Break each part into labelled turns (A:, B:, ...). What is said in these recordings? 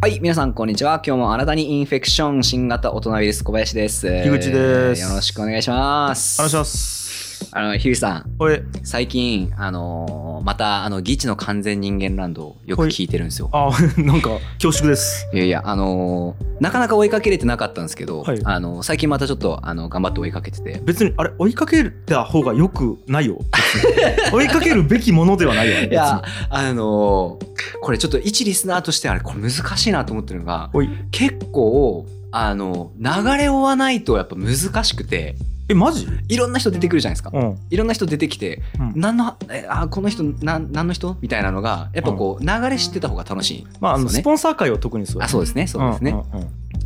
A: はい、皆さん、こんにちは。今日も新たにインフェクション新型大人ウイルス小林です。
B: 樋口です
A: よろしくお願いします。
B: お願いします。
A: あの、樋口さん、
B: おい、
A: 最近、あのーまた、あの、ギチの完全人間ランドをよく聞いてるんですよ。
B: あ、なんか恐縮です。
A: いやいや、あのーなかなか追いかけれてなかったんですけど、
B: はい
A: あの最近またちょっと、あの、頑張って追いかけてて。
B: 別にあれ追いかけた方がよくな いよ。別に追いかけるべきものではないよね。
A: いや、あのーこれちょっと一リスナーとしてあれ、これ難しいなと思ってるのが
B: 別、におい、
A: 結構、あの、流れ追わないとやっぱ難しくて、
B: えマジ？
A: いろんな人出てくるじゃないですか。
B: うん。
A: いろんな人出てきて、
B: うん
A: 何の、えあ、この人、なん、何の人みたいなのが、やっぱこう、流れ知ってた方が楽しいんですよ、ね。
B: まああの、スポンサー会は特にそう
A: あ、そうですね、そうですね。
B: んん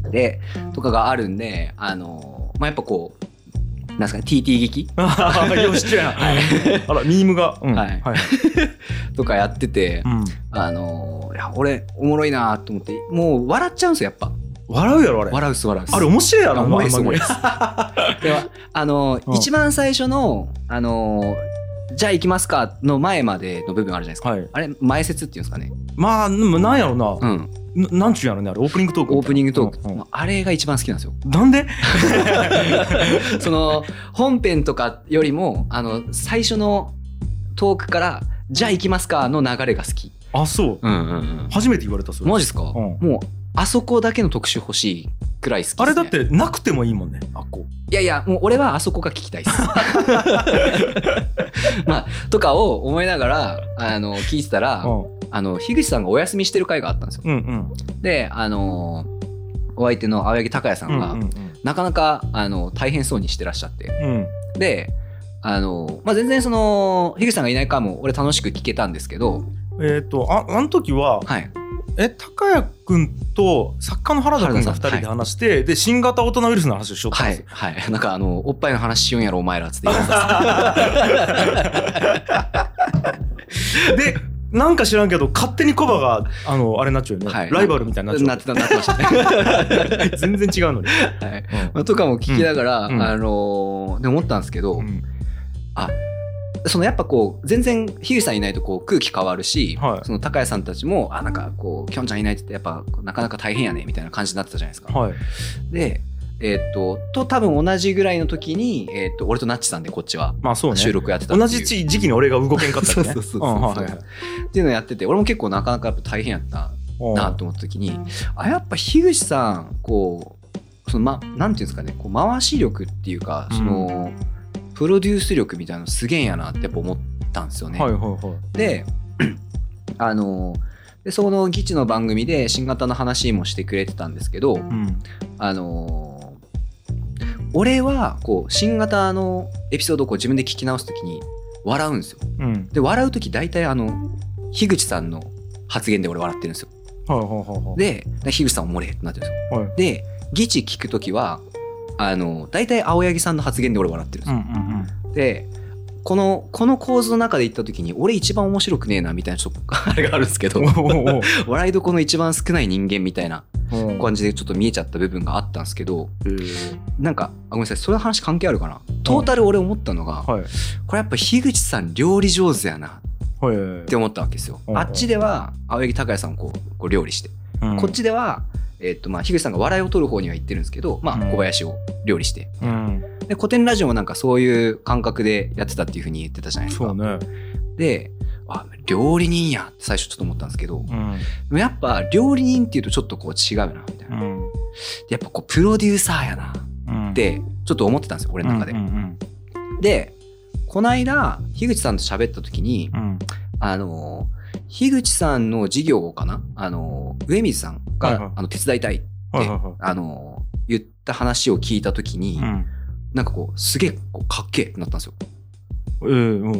B: うん
A: で、とかがあるんで、あの、まあ、やっぱこう、なんですかね、TT 劇
B: あー、 よしちやな。
A: はい
B: あら、ミームが。うん
A: はい
B: はい。
A: とかやってて
B: う、ん。
A: あの、いや、俺、おもろいなと思って、もう笑っちゃうんですよ、やっぱ。
B: 笑うやろあれ。
A: 笑うっす、笑うっす。
B: あれ面白いや
A: あ
B: ろ。
A: おもろいっす、おもろい
B: い
A: っす。では、あの、
B: うん
A: 一番最初の、あの、じゃあ行きますかの前までの部分あるじゃないですか。
B: はい。
A: あれ、前説っていうんですかね。
B: まあでもなんやろな
A: う。ん。
B: ななんちゅうやろねあれオープニングトークみたいな。
A: オープニングトーク、
B: うんうん
A: あれが一番好きなんですよ
B: なんで？
A: その本編とかよりもあの最初のトークから「じゃあ行きますか」の流れが好き、
B: あ、そ
A: う
B: う。
A: んうん
B: 初めて言われたそれ。
A: マジっすか、
B: ん
A: もうあそこだけの特集欲しいくらい好きっすね、
B: あれだってなくてもいいもんね。あっこ。
A: いやいやもう俺はあそこが聞きた いですまあとかを思いながらあの聞いてたら、
B: うん。
A: あの樋口さんがお休みしてる回があったんですよ
B: うんうん
A: であのお相手の青柳孝也さんが、
B: うん
A: なかなかあの大変そうにしてらっしゃって
B: うんうん
A: であの、まあ、全然その樋口さんがいないかも俺楽しく聞けたんですけど、
B: えっ、とああの時は
A: はい、
B: え高谷君と作家の原田君が2
A: 原田さん
B: 人で話して、で新型大人ウイルスの話をしようとしたん
A: は
B: で
A: い
B: すよ、
A: はい なんかあのおっぱいの話しようんやろお前らっつって言われ たんで
B: でなんか知らんけど勝手にコバがあのあれになっちゃうよね、
A: はい
B: ライバルみたいになっ
A: す
B: ち
A: な
B: ゃ
A: ってたなってましたね、
B: う 全然違うのに、
A: はいまあ、とかも聞きながら、
B: うんうん
A: あので思ったんですけど、
B: うん
A: そのやっぱこう全然樋口さんいないとこう空気変わるし、
B: はい
A: その高谷さんたちもあなんかこうきょんちゃんいないって言ってやっぱなかなか大変やねみたいな感じになってたじゃないですか。
B: はい
A: でえーっとと多分同じぐらいの時に、えーっと俺とナッチさんでこっちは
B: まあそうね
A: 収録やってたってい
B: 同
A: う
B: じ時期に俺が動けんかったりね
A: そうそうそうそう
B: うんはいはいはい
A: っていうのをやってて俺も結構なかなかやっぱ大変やった
B: うん
A: なと思った時にあやっぱ樋口さんこうそのまなんていうんですかねこう回し力っていうかその、プロデュース力みたいなのすげえんやなってやっぱ思ったんですよね。
B: はいはいはい
A: で あのでその議事の番組で新型の話もしてくれてたんですけど
B: うん
A: あの俺はこう新型のエピソードをこう自分で聞き直す時に笑うんですよ。
B: うん
A: で笑う時大体あの樋口さんの発言で俺笑ってるんですよ
B: はいはいはいはい
A: でで樋口さんおもれってなってるんですよ、
B: はい
A: で議事聞く時はあの大体青柳さんの発言で俺笑ってるんで
B: う
A: す
B: ん
A: よ、
B: うん
A: でこのこの構図の中で言った時に俺一番面白くねえなみたいなちょっと あれがあるんですけど
B: うんおおお
A: 笑いどころの一番少ない人間みたいな
B: おうん
A: 感じでちょっと見えちゃった部分があったんですけどなんかあごめんなさいそれの話関係あるかなトータル俺思ったのが、
B: はい
A: これやっぱ樋口さん料理上手やな
B: はいはいはい
A: って思ったわけですよ。
B: うん
A: あっちでは青柳孝也さんをこうこう料理して、
B: うん
A: こっちでは、えっとまあ、樋口さんが笑いを取る方には行ってるんですけど、まあ、
B: うん
A: 小林を料理して
B: うん
A: で古典ラジオもなんかそういう感覚でやってたっていうふうに言ってたじゃないです
B: そ
A: か。
B: うね
A: であ料理人やって最初ちょっと思ったんですけど
B: うん
A: でもやっぱ料理人っていうとちょっとこう違うなみたいな、
B: うん
A: やっぱこうプロデューサーやな
B: うん
A: ってちょっと思ってたんですよ俺の中で。
B: うんうん
A: でこの間樋口さんと喋った時に、
B: うん
A: あの、樋口さんの事業かなあの、上水さんが、
B: はいはい
A: あの手伝いたい、
B: はいはいは
A: あの、言った話を聞いたときに、
B: いうん
A: なんかこう、すげえこうかっけえってなったんですよ。
B: ええう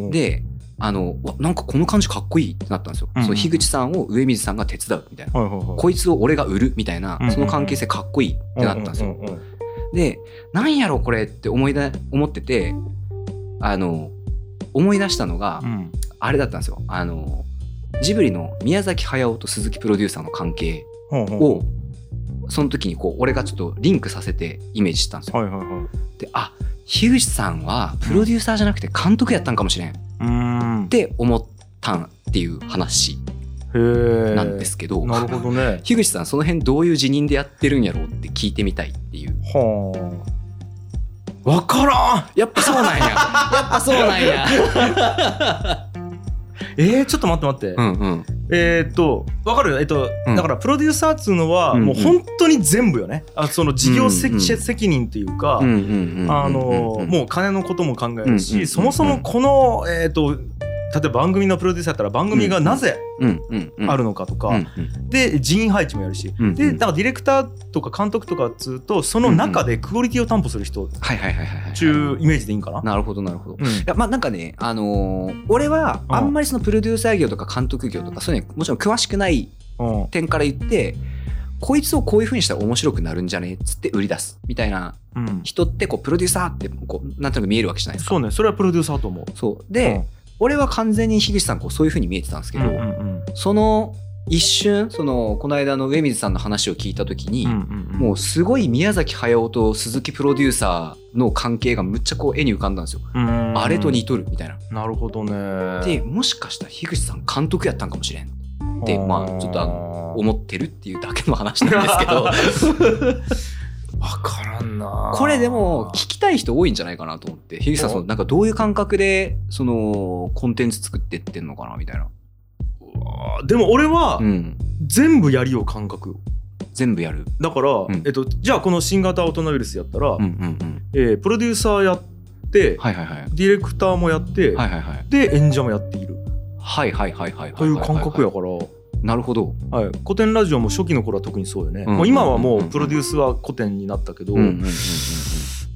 B: ん
A: で、あの、うわなんかこの感じかっこいいってなったんですよ。
B: うんうん
A: その樋口さんを上水さんが手伝うみたいな。
B: はいはいはい
A: こいつを俺が売るみたいな
B: うんうんう、ん
A: その関係性かっこいいってなったんですよ。
B: うう
A: で、なんやろこれって思いだ、思ってて、あの、思い出したのが
B: う、んうん
A: あれだったんですよあのジブリの宮崎駿と鈴木プロデューサーの関係
B: ほうほう
A: をその時にこう俺がちょっとリンクさせてイメージしたんですよ。
B: はいはいはい
A: であ樋口さんはプロデューサーじゃなくて監督やったんかもしれんっ
B: うーん
A: て思ったんっていう話
B: へえ
A: なんですけど、
B: なるほどね
A: 樋口さんその辺どういう辞任でやってるんやろうって聞いてみたいっていう
B: はあわからん
A: やっぱそうなん ややっぱそうなんや
B: えー、ちょっと待って待って、
A: うんうん
B: えー、っとわかるよえっと、
A: うん
B: だからプロデューサーっつうのは、
A: うんうん
B: もう本当に全部よねあその事業責,、
A: うんうん
B: 責任というか、
A: うんうんうんうんうん
B: あのーもう金のことも考えるし、
A: うんうんうん
B: そもそもこの、えー、と例えば番組のプロデューサーだったら番組がなぜ
A: うんうんうん
B: あるのかとか、
A: うんうん
B: で人員配置もやるし、
A: うんうん
B: でだからディレクターとか監督とかっつうとその中でクオリティを担保する人っ
A: はいはいはいはいはい
B: ていうイメージでいいんかな、
A: なるほどなるほど
B: うん
A: いやまあなんかね、あのー俺は
B: うん
A: あんまりそのプロデューサー業とか監督業とかそういうのもちろん詳しくない
B: うん
A: 点から言ってこいつをこういう風にしたら面白くなるんじゃねっつって売り出すみたいな
B: うん
A: 人ってこうプロデューサーってこうなんとなく見えるわけじゃないですか。
B: そうねそれはプロデューサーと思う。
A: そうで、俺は完全に樋口さんこうそういう風に見えてたんですけ
B: うん
A: ど、
B: うんうん
A: その一瞬そのこの間の上水さんの話を聞いた時に、
B: うんうんうん
A: もうすごい宮崎駿と鈴木プロデューサーの関係がむっちゃこう絵に浮かんだんですよ。
B: うんうんうん
A: あれと似とるみたいな。
B: なるほどね。
A: でもしかしたら樋口さん監督やったんかもしれんでまあちょっとあ
B: の
A: 思ってるっていうだけの話なんですけ ど
B: 分からんな
A: これでも聞きたい人多いんじゃないかなと思って樋口さんそのなんかどういう感覚でそのコンテンツ作ってってんのかなみたいな、
B: うわーでも俺は
A: うん、
B: 全部やりよう感覚よ
A: 全部やる
B: だから、
A: ん
B: えっと、じゃあこの新型オトナウイルスやったら、
A: うんうんうん
B: えープロデューサーやって、
A: はいはいはい
B: ディレクターもやって、
A: はいはいはい
B: で演者もやっている
A: はいはいはいはいはい
B: という感覚や
A: よ
B: から、はい
A: なるほど
B: 古典ラジオも初期の頃は特にそうよね、
A: うん
B: もう今はもうプロデュースは古典になったけど、
A: うんうんうんうん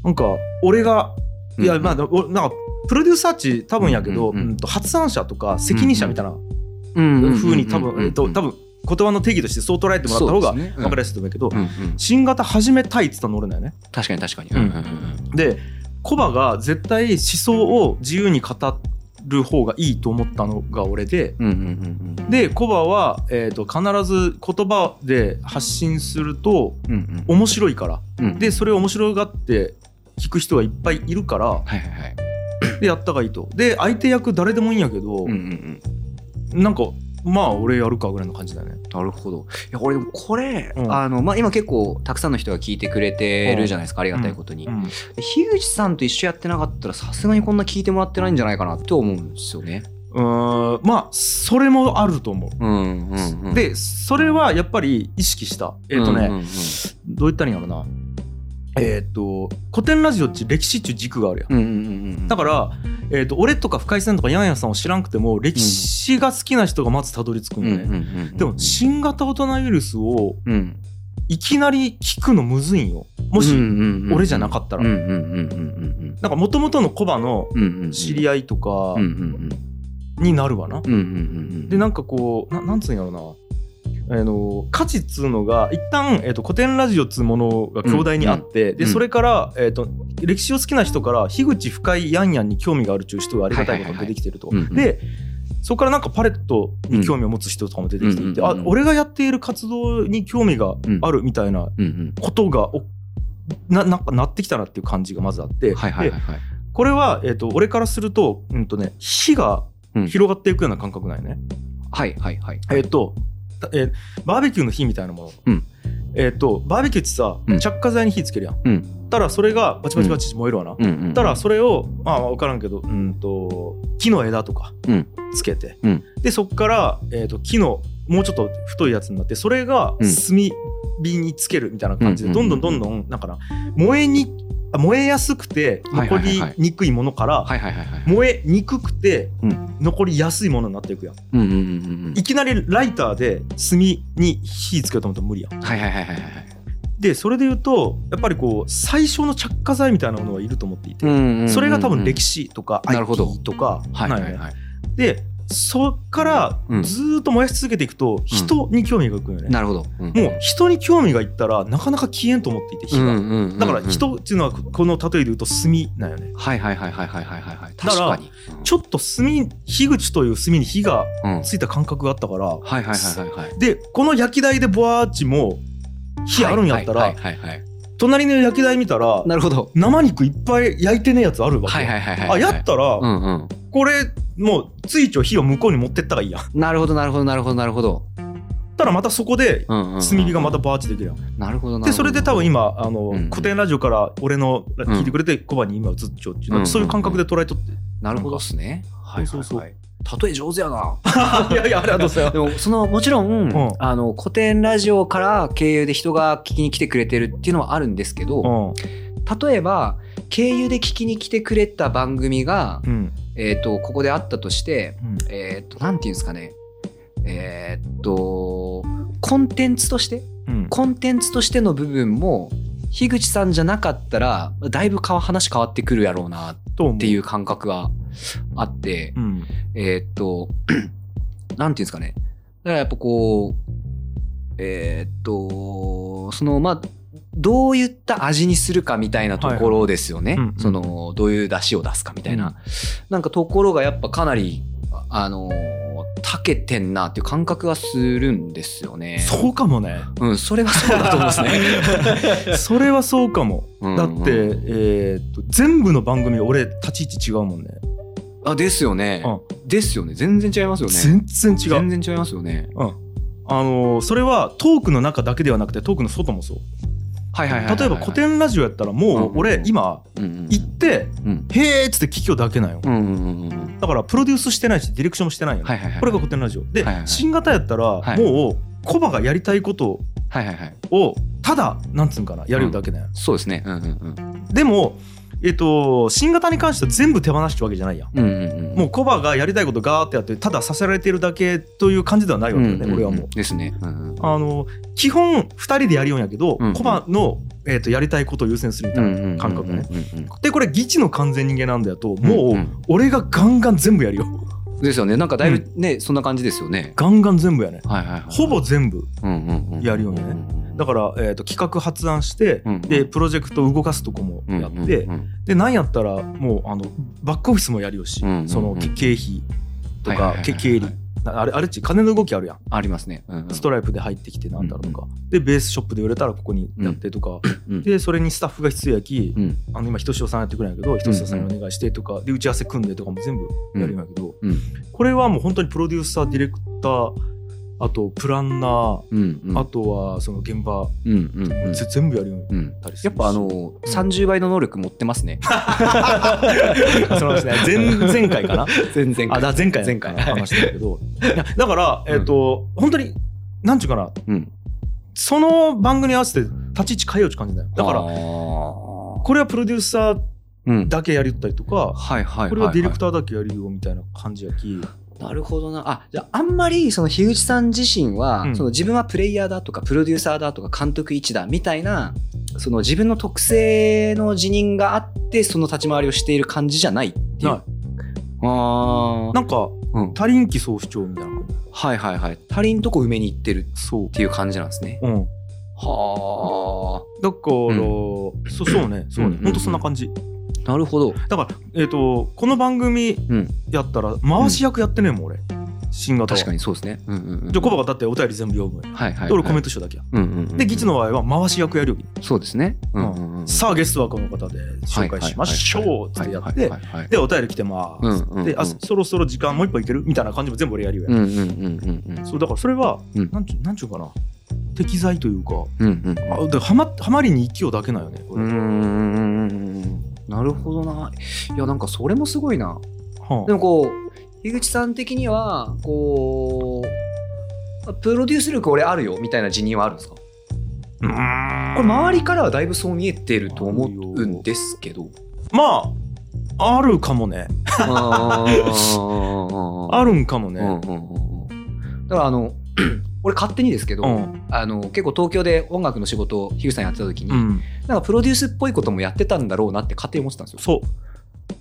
B: なんか俺が
A: うん
B: いやまあおなんかプロデューサーっち多分やけ
A: う
B: ど、うんん
A: うんうん
B: と発案者とか責任者みたいな
A: うんうんうんうん
B: 風に多分、えっと、多分言葉の定義としてそう捉えてもらった方が
A: そうですねうん
B: 分かりやすいと思うけど、
A: うんうん
B: 新型始めたいって言ったの俺だよね。
A: 確かに確かに
B: うん
A: うんうんうん
B: でコバが絶対思想を自由に語る方がいいと思ったのが俺で。
A: うんうんうんうん
B: でコバは、えー、と必ず言葉で発信すると
A: うん
B: 面白いから
A: うんうん
B: でそれを面白がって聞く人がいっぱいいるから
A: はいはいはい
B: でやったがいいとで相手役誰でもいいんやけど、
A: うんうんうん
B: なんかまあ俺やるかぐらいの感じだよね
A: なるほど。いや、俺、これ、
B: うん
A: あの、まあ、今結構たくさんの人が聞いてくれてるじゃないですか、ありがたいことに。樋口さんと一緒やってなかったら、さすがにこんな聞いてもらってないんじゃないかなと思うんですよね。
B: うんうーんまあそれもあると思う、
A: うん、うん、うん。、
B: でそれはやっぱり意識したえっ、とね、どういったらいいんやろなえっ、と古典ラジオっち歴史っちゅう軸があるやん
A: うん、うん、うん、うん。
B: だから、えー、と俺とか深井さんとかヤンヤンさんを知らんくても歴史が好きな人がまずたどり着くん
A: うん、
B: だ
A: う
B: よ
A: ん、
B: ね、
A: うんうん。
B: でも新型大人ウイルスを
A: うん、
B: いきなり聞くのむずいんよもし、
A: し
B: 俺じゃなかったら
A: うん、うん、うん、うん、うん
B: なんかもともとのコバの
A: うん、うん。
B: 知り
A: 合い。
B: 合いとか
A: うん、うん、
B: になるわな、
A: うん、うん、うん。
B: で
A: な、
B: なんかこうななんつうんやろうなあの価値っつうのが一旦、えー、と古典ラジオっつうものが兄弟にあって、
A: う
B: で
A: ん
B: それから、えー、と歴史を好きな人から樋口深井ヤンヤンに興味があるっちゅう人がありがたいことが出てきてると。
A: はいはいはいはい
B: でそこからなんかパレットに興味を持つ人とかも出てきていて、
A: うんうんうんうん
B: あ俺がやっている活動に興味があるみたいな
A: うん、うん。
B: ことがおななんかなってきたなっていう感じがまずあって、
A: はい、はい、
B: で
A: はい、はい。
B: これは、えー、と俺からすると,、うんとね、火が広がっていくような感覚ないね。
A: はい、はい、はい。
B: えっ、と、たえーバーベキューの火みたいなもの。
A: うん
B: えっ、と、バーベキューってさ、
A: うん
B: 着火剤に火つけるやん。
A: うん、
B: たらそれがバチバチバチ燃えるわな。
A: うん、うん。
B: たらそれを、まあ分からんけど、うんと、木の枝とか
A: うん
B: つけて、
A: うん
B: で、そっから、えー、と木のもうちょっと太いやつになって、それが
A: うん
B: 炭火につけるみたいな感じで、
A: うんう
B: ど
A: んうんんう
B: ど
A: ん
B: んどんどん、なんかな、燃えに、あ燃えやすくて
A: はいはいは
B: 残
A: い
B: り
A: はい
B: にくいものから、
A: はい、はい、はい、はい。
B: 燃えにくくて
A: う
B: 残りやすいものになっていくやん。
A: うん、うん、うん、うん。
B: いきなりライターで炭に火つけようと思ったら無理やん。
A: はい、はい、はい、はい、はい。
B: でそれで言うとやっぱりこう最初の着火剤みたいなものがいると思っていて、それが多分歴
A: 史
B: 史とか
A: なるほど
B: IT とか
A: はい
B: な
A: はい
B: んや
A: は
B: ね
A: いはい
B: でそっから
A: うん
B: ずーっと燃やし続けていくと人に興味がいくよね。
A: なるほど、
B: もう人に興味がいったらなかなか消えんと思っていて火が、
A: う
B: だから人っていうのはこの例えで言うと炭なんよね
A: はいはいはいはいはいはいはいはい
B: だか
A: 確
B: ら
A: かに
B: ちょっと炭火口という炭に火が
A: うんはい
B: ついた感覚があったから
A: はいはいはいはい
B: でこの焼き台でボワーッチも火あるんやったら、
A: はいはいはいはい
B: 隣の焼き台見たら
A: なるほど
B: 生肉いっぱい焼いてねえやつあるわけ、
A: はいはいはいはい
B: あやったら、
A: うんうん
B: これもうツイチを火を向こうに持ってったらいいやん
A: なるほどなるほどなるほどなるほど。
B: たらまたそこで
A: うんうんうん
B: 炭火がまたバーチできるやん
A: なるほどなるほど。
B: でそれで多分今あの、
A: うん
B: 古典ラジオから俺の聞いてくれてコバに今映っちゃうっていう、
A: うん
B: そういう感覚で捉えとって、
A: なるほどっすね。はいはい
B: そうそう
A: はい。例え上手やな。
B: いやいやありがとうございます
A: でもそのもちろん、
B: ん
A: あの古典ラジオから経由で人が聞きに来てくれてるっていうのはあるんですけど、例えば経由で聞きに来てくれた番組が、
B: うんうん
A: えー、とここであったとして、
B: うん
A: えー、となんていうんですかねえーっとコンテンツとして
B: うん
A: コンテンツとしての部分も樋口さんじゃなかったらだいぶかわ話変わってくるやろうなっ
B: と思
A: ていう感覚があって
B: う、ん
A: えーっと なんていうんですかねだからやっぱこうえーっとそのまあどういった味にするかみたいなところですよね、
B: はいはいうんうん
A: そのどういう出汁を出すかみたいな、なんかところがやっぱかなりああのたけてんなっていう感覚がするんですよね。
B: そうかもね
A: うん、それはそうだと思うんです ね。
B: それはそうかもだっ
A: うん
B: て、
A: うん
B: えーっと全部の番組俺立ち位置違うもんね
A: あですよね、ですよね全然違いますよね
B: 全然違う
A: 全然違いますよね
B: あのーそれはトークの中だけではなくてトークの外もそう
A: はいはいはいはい
B: 例えば古典ラジオやったらもう
A: うん
B: 俺
A: うん
B: 今
A: うん
B: 行って
A: うん
B: 「へーっつって聞きようだけなんよ
A: うんうんうんうん
B: だからプロデュースしてないしディレクションもしてないよ
A: はい
B: ね
A: はいはい
B: これが古典ラジオで
A: はいはい
B: 新型やった
A: は
B: ら
A: い
B: もうコバがやりたいこと
A: はいはいはい
B: をただなんつうんかなやるだけなんよ
A: そうですねうんうん
B: でもえっと新型に関しては全部手放してるわけじゃないやん
A: うんうんうんうん
B: もうコバがやりたいことガーってやってたださせられてるだけという感じではないわけよね
A: んんん
B: 俺はもう。
A: ですねうんうん
B: あの基本2人でやるようんやけど
A: うん
B: コバのえっとやりたいことを優先するみた
A: う
B: い
A: んうんうんう
B: なん感覚ね。
A: うんうん
B: でこれギチの完全人間なんだよと
A: ん
B: もう俺がガンガン全部やるよ
A: んですよねなんかだいぶねそんな感じですよね
B: ガンガン全部やね
A: はいはいはい
B: ほぼ全部
A: うんうんうん
B: やるよねだから、えー、と企画発案して、
A: うん
B: でプロジェクトを動かすとこも
A: うん
B: やって、
A: うん
B: でなんやったらもうあのバックオフィスもやるよし、
A: うんうんうん
B: そのけ経費と
A: はいはいはい
B: か
A: はい
B: け経理なあれあれっち金の動きあるやん
A: ありますねうんうん
B: ストライプで入ってきてなんだろうとか、でベースショップで売れたらここにやってとか、
A: うん
B: でそれにスタッフが必要やき、
A: うん
B: あの今ひとしおさんやってくれんやけどひとしおさんにお願いしてとかで打ち合わせ組んでとかも全部やるんやけど、
A: うん
B: これはもう本当にプロデューサーディレクターあとプランナー、
A: うんうん
B: あとはその現場、
A: うんうんうん
B: ぜ全部やるようにな
A: うん
B: ったりす
A: や
B: る
A: っ
B: し
A: ぱあの30倍の能力持ってますね
B: そうですね前前回かな
A: 全然
B: あだ前回
A: 前回
B: の話だけ どいやだからえっ、と、本当になんちゅうかな
A: うん
B: その番組に合わせて立ち位置変えようって感じだよだか
A: あ
B: ら
A: ー
B: これはプロデューサー
A: うん
B: だけやりったりと
A: は
B: か
A: いはいはい
B: これはディレク
A: タ
B: ターだけやるよみたいな感じやき
A: ーなるほどなあじゃああんまりその樋口さん自身は、
B: うん
A: その自分はプレイヤーだとかプロデューサーだとか監督一だみたいなその自分の特性の辞任があってその立ち回りをしている感じじゃないっていう
B: ない
A: あ
B: なんか
A: あ、うん、
B: 他人気総主張みたいな感じ
A: はいはいはい足りんとこ埋めに行ってるっ
B: そ
A: ていう感じなんですね
B: ううん
A: は
B: だから、
A: ん
B: そそうねそう
A: うんうん
B: ね
A: うん
B: ほんとそんな感じ
A: あなるほど
B: だから、えっとこの番組
A: うん
B: やったら回し役やってねえもん俺新型は
A: 確かにそうですねうんうんうん
B: じゃあコバがだってお便り全部読むで
A: はいはいはい
B: 俺コメントしただけや
A: うんうんうん
B: でギチの場合は回し役やるよ
A: そうですね。
B: うん
A: うんうん
B: さあゲストはこの方で紹介しましょうってやっ
A: はい
B: て
A: はいはいはい
B: でお便り来てま
A: うん
B: す
A: うんうん
B: であそろそろ時間もう一本いけるみたいな感じも全部俺やるよ
A: う
B: や
A: んうんうんうんうん
B: そうだからそれは
A: うん
B: なんちゅなんちゅうかな適材というか
A: うんうん
B: あだからハマハマりに勢いだけなんよねこ
A: う
B: れは
A: んなるほどないやなんかそれもすごいなで
B: あ
A: もこう井口さん的にはこうプロデュース力俺あるよみたいな辞任はあるんですかこ
B: うーん
A: れ周りからはだいぶそう見えてると思うんですけど
B: まああるかもね
A: あ
B: あるんかも
A: ね
B: ね
A: だからあ の俺勝手にですけど、
B: うん
A: あの結構東京で音楽の仕事を樋口さんやってた時に、
B: うん
A: なんかプロデュースっぽいこともやってたんだろうなって勝手に思ってたんですよ。
B: そう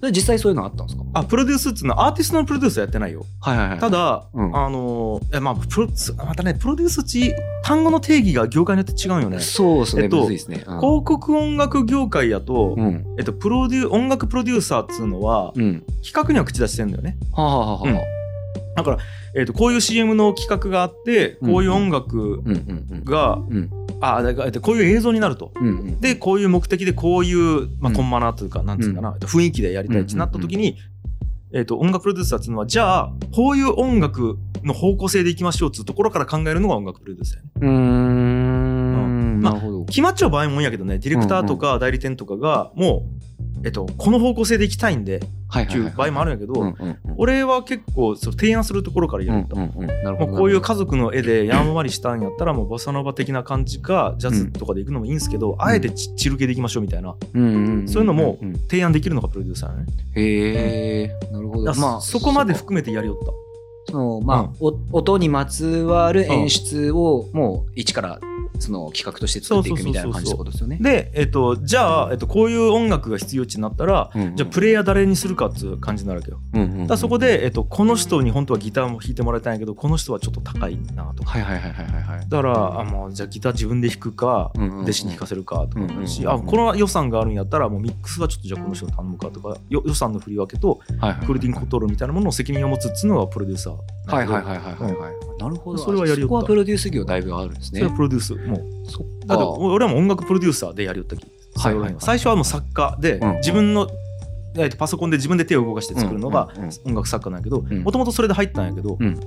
A: で実際そういうのあったんですか
B: あプロデュースっつうのはアーティストのプロデュースはやってないよ
A: はいはいは
B: ただ、
A: うん
B: あのーえまあプロすまたねプロデュースち単語の定義が業界によって違うよね。
A: そうですね、
B: えっと
A: むずいですね。うん
B: 広告音楽業界やと、
A: うん
B: えっと、プロデュ音楽プロデューサーっつうのは
A: うん。
B: 企画には口出してんだよね
A: はあ、はあはあはあ、
B: だから、えっと、こういう CM の企画があってこういう音楽
A: うんうん
B: が、
A: うんうん
B: あだからえっとこういう映像になると
A: うんうん
B: でこういう目的でこういう、
A: う
B: まあ、
A: ん
B: コンマナというか、なんつうかな、えっと雰囲気でやりたいってなった時に、えー、と音楽プロデューサーっていうのはじゃあこういう音楽の方向性でいきましょうっていうところから考えるのが音楽プロデューサーやね。
A: うーん。
B: まあ
A: なるほど。
B: 決まっちゃう場合も多いんやけどねディレクターとか代理店とかがもう、えっとこの方向性でいきたいんで
A: はい
B: っ
A: は
B: て
A: い
B: い
A: はいう
B: 場合もあるんやけど、
A: うんうんうん
B: 俺は結構そう提案するところからやった。
A: うんうんうんなるほ
B: も
A: ど
B: うこういう家族の絵でやんわりしたんやったらもうボサノバ的な感じかジャズとかで行くのもいいんですけど、あえてちチル系でいきましょうみたいな
A: うんうんん
B: そういうのも
A: んん
B: 提案できるのがプロデューサーやね
A: へえなるほど
B: だから
A: まあ
B: そこまで
A: そ
B: 含めてやりよった
A: そのまあ、お音にまつわる演出をもう一からその企画として作っていくみたいな感じってことですよね。
B: で、えっと、じゃあ、えっと、こういう音楽が必要値になったらじゃあプレイ
A: イ
B: ヤー誰にするかっていう感じになるわけよ。だからそこで、えっと、この人に本当はギターも弾いてもらいたいんやけどこの人はちょっと高いなとか
A: はいはいはいはいはいはい。
B: だからあもうじゃあギター自分で弾くか
A: うんうんうん
B: 弟子に弾かせるかとかだし、
A: うんうんうん
B: あこの予算があるんやったらもうミックスはちょっとじゃあこの人に頼むかとかよ予算の振り分けと
A: はいはい
B: クオリティコントロールみたいなものを責任を持つっていうのがプロデューサー
A: は
B: なん
A: い
B: だけど
A: はいはいはいはいはい。なるほど。
B: それはやりよ
A: そ
B: った
A: こはプロデュース業だいぶあるんです
B: そ
A: ね
B: れは。プロデュースもう
A: そっ
B: だ
A: か
B: って。俺はもう音楽プロデューサーでやりよったき、
A: はいはい
B: 最後の最初はもう作家で
A: うんうん
B: 自分の、えっとパソコンで自分で手を動かして作るのが
A: うんうんうん
B: 音楽作家なんやけど
A: ん
B: もともとそれで入ったんやけど、
A: うん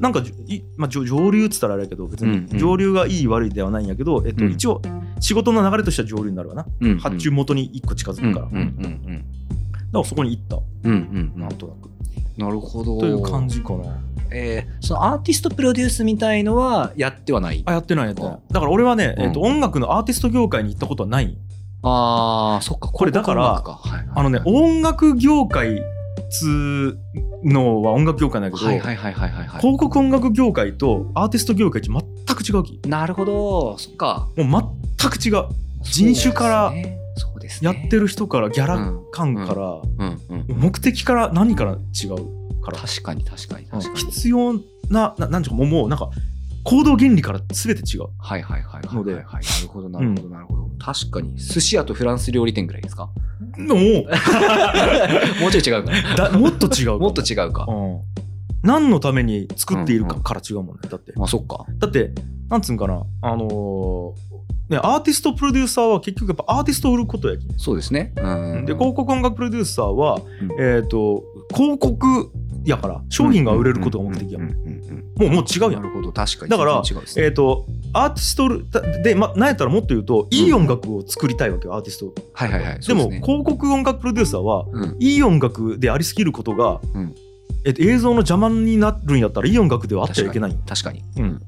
B: なんかじゅい、まあ、上上流っつったらあれやけど別
A: うんう
B: に
A: ん
B: 上流がいい悪いではないんやけど、えっと
A: うん
B: 一応仕事の流れとしては上流になるわな、
A: うんうん
B: 発注元に一個近づ
A: うん
B: く
A: う
B: か
A: ん
B: ら、
A: うん
B: だからそこに行った
A: うんうんうんうん
B: なんとなく、
A: なるほど。
B: という感。じかな
A: えーそのアーティストプロデュースみたいのはやってはない。
B: あやってないやってないだから俺はね、
A: うん
B: えっと音楽のアーティスト業界に行ったことはない
A: ああ、そっか。
B: これだから
A: ここなんか
B: あのね、音楽業界つのは音楽業界なんだけど、
A: はいはいはいはいはいはいはい。
B: 広告音楽業界とアーティスト業界って全く違うき
A: なるほど。そっか。
B: もう全く違う人種から
A: そうですね
B: やってる人からギャ
A: う
B: ラ
A: ん
B: 感から、
A: うんうん、
B: 目的から何から違うから
A: 確かに確かに確かに、
B: 必要なななんていうかもうもうなんか行動原理から全て違う
A: はいはいはいはい
B: ので
A: はいはいなるほどなるほどなるほど、確かに寿司屋とフランス料理店ぐらいですか
B: も う
A: もうちょい違うかな
B: だもっと違うか ら
A: もっと違うか、
B: うん何のために作っているか
A: うんうん
B: から違うもんねだって
A: まあそっか
B: だってなんつうんかなあのーねアーティストプロデューサーは結局やっぱアーティストを売ることやきね
A: そうですねうん
B: で広告音楽プロデューサーは、
A: うん
B: えっ、と広告やから商品が売れることが目的やもん,、
A: うんうんうんうん
B: もうもう違うや
A: なんるほど確かに
B: だから
A: 全然違うですね
B: えっ、とアーティストだで、ま、なんやったらもっと言うといい音楽を作りたいわけよアーティスト、
A: はいはいはい
B: でも
A: そうすね
B: 広告音楽プロデューサーは
A: うん
B: いい音楽でありすぎることが、
A: うん
B: えっと映像の邪魔になるんやったらいい音楽ではあってはいけない
A: 確かに
B: うん、
A: うん